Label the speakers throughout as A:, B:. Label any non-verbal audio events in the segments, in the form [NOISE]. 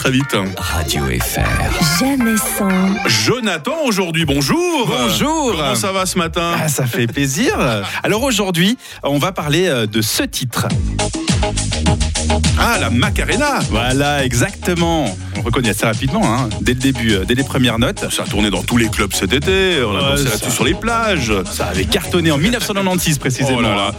A: Très vite.
B: Radio FR.
C: Jamais sans,
A: Jonathan, aujourd'hui, bonjour.
D: Bonjour.
A: Comment ça va ce matin
D: Ah, ça fait plaisir. Alors aujourd'hui, on va parler euh, de ce titre.
A: Ah, la Macarena.
D: Voilà, exactement. On reconnaît assez rapidement, hein, dès le début, euh, dès les premières notes.
A: Ça a tourné dans tous les clubs cet été. On a
D: Ouais,
A: dansé
D: ça-
A: là-dessus sur les plages.
D: Ça avait cartonné en 1996 précisément.
A: Oh là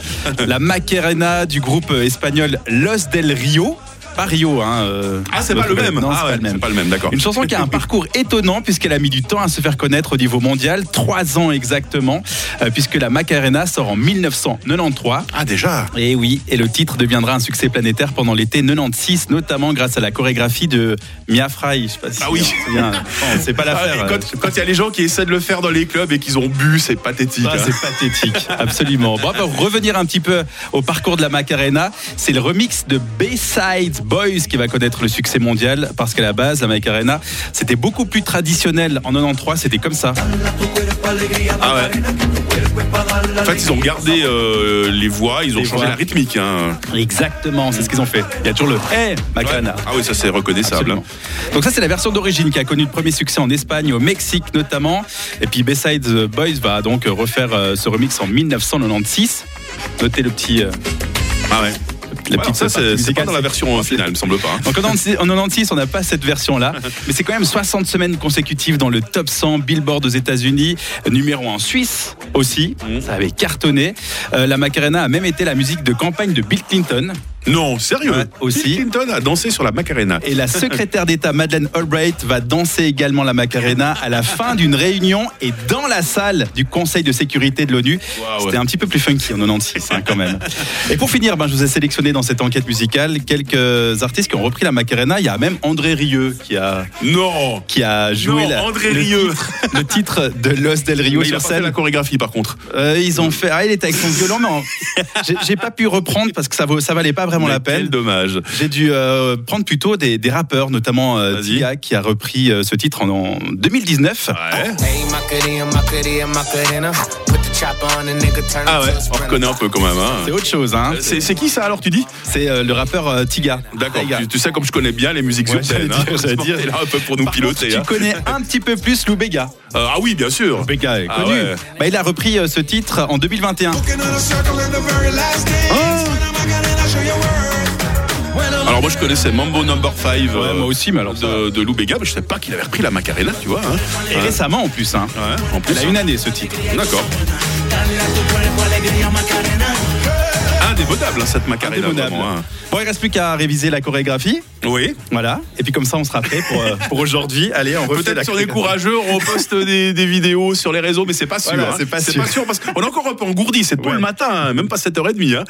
D: La Macarena du groupe euh, espagnol Los del Rio. Pas Rio, hein. euh,
A: Ah, c'est pas le même.
D: Non,
A: ah
D: c'est
A: ouais,
D: pas le même.
A: C'est pas le même, d'accord.
D: Une chanson qui a un parcours étonnant puisqu'elle a mis du temps à se faire connaître au niveau mondial, trois ans exactement, euh, puisque la Macarena sort en 1993.
A: Ah, déjà.
D: Et Eh oui, et le titre deviendra un succès planétaire pendant l'été 96, notamment grâce à la chorégraphie de Mia Fry. Je sais pas si
A: Ah oui.
D: on se souvient. Non, c'est pas
A: Ah, et
D: l'affaire. euh,
A: quand quand il y a les gens qui essaient de le faire dans les clubs et qu'ils ont bu, c'est pathétique.
D: Ah,
A: hein.
D: c'est pathétique, absolument. Bon, pour revenir un petit peu au parcours de la Macarena, c'est le remix de Bayside Boys qui va connaître le succès mondial parce qu'à la base, la Macarena, c'était beaucoup plus traditionnel. En 93, c'était comme ça.
A: Ah ouais. En fait, ils ont gardé euh, les voix, ils ont
D: Les
A: changé
D: voix.
A: la rythmique. hein.
D: Exactement, c'est ce qu'ils ont fait. Il y a toujours le Hey Macarena.
A: Ah oui, ça c'est reconnaissable.
D: Absolument. Donc ça c'est la version d'origine qui a connu le premier succès en Espagne, au Mexique notamment. Et puis Besides the Boys va donc refaire euh, ce remix en 1996. Notez le petit, euh,
A: Ah ouais.
D: la
A: Ouais,
D: petite
A: ça,
D: partie
A: c'est c'est pas
D: musicale,
A: dans la
D: c'est-
A: version euh, finale, il me semble pas. hein.
D: donc en 96, en 96, on n'a pas cette version-là, mais c'est quand même 60 semaines consécutives dans le top 100 Billboard aux États-Unis, numéro 1 en Suisse aussi.
A: Mhm.
D: Ça avait cartonné. Euh, la Macarena a même été la musique de campagne de Bill Clinton.
A: Non, sérieux.
D: Ouais, aussi.
A: Bill Clinton a dansé sur la Macarena.
D: Et la secrétaire d'État Madeleine Albright va danser également la Macarena à la fin d'une réunion et dans la salle du Conseil de sécurité de l'ONU.
A: Waouh.
D: C'était un petit peu plus funky en 96 hein, quand même. Et pour finir, ben, je vous ai sélectionné dans cette enquête musicale quelques artistes qui ont repris la Macarena. Il y a même André Rieu qui a
A: Non.
D: qui a joué
A: Non,
D: la-
A: André
D: le,
A: Rieu.
D: titre, le titre de Los del Rio
A: Mais il a
D: sur
A: pas fait la
D: scène.
A: chorégraphie par contre.
D: Euh, ils ont fait, ah, il était avec son violon, mais en- j'ai- j'ai pas pu reprendre parce que ça vaut, ça valait pas vraiment
A: Mais
D: la
A: Quel
D: peine.
A: dommage.
D: J'ai dû euh, prendre plutôt des, des rappeurs, notamment euh,
A: Vas-y.
D: Tia, qui a repris euh, ce titre en, en 2019.
A: Ouais.
E: Ayy, Macarena, Macarena, Macarena. uh, Put the chopper on the nigga, turn
A: Ah ouais,
E: him to a
A: on
E: sprinter.
A: reconnaît un peu quand même. hein.
D: C'est autre chose, hein.
A: C'est c'est qui ça alors tu dis
D: C'est euh, le rappeur euh, Tiga.
A: D'accord,
D: Tiga.
A: tu, tu sais comme je connais bien les musiques
D: Ouais,
A: urbaines.
D: j'allais
A: hein.
D: dire, j'allais dire.
A: T'es là un peu pour nous
D: Par
A: piloter.
D: contre,
A: hein.
D: tu connais un petit peu plus Lou Bega.
A: Euh, ah oui, bien sûr.
D: Bega est
A: Ah
D: connu.
A: ouais.
D: Bah, il a repris euh, ce titre en 2021.
A: Alors moi je connaissais Mambo Number 5
D: Ouais, moi aussi, mais alors ça-
A: de, de Lou Bega, mais je sais pas qu'il avait repris la Macarena, tu vois. hein.
D: Et récemment en plus. Hein.
A: Ouais, en plus.
D: Il a une année ce titre.
A: D'accord. Indémodable hein, cette Macarena.
D: Indémodable.
A: vraiment, hein.
D: Bon, il reste plus qu'à réviser la chorégraphie.
A: Oui.
D: Voilà. Et puis comme ça, on sera prêt pour, euh, pour aujourd'hui. Allez, on refait
A: Peut-être
D: la
A: si on est
D: chorégraphie.
A: courageux, on poste des, des vidéos sur les réseaux, mais c'est pas sûr.
D: Voilà,
A: hein.
D: c'est pas
A: c'est
D: sûr.
A: pas sûr parce qu'on est encore un peu engourdi, c'est tôt
D: Ouais.
A: le matin, hein, même pas 7h30.
D: [LAUGHS]
A: hein.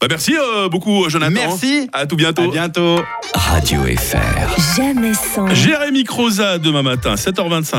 A: bah, merci euh, beaucoup, Jonathan.
D: Merci.
A: À tout [LAUGHS] bientôt.
D: À bientôt.
B: Radio FR.
C: jamais sans.
A: Jérémy Croza demain matin, 7h25.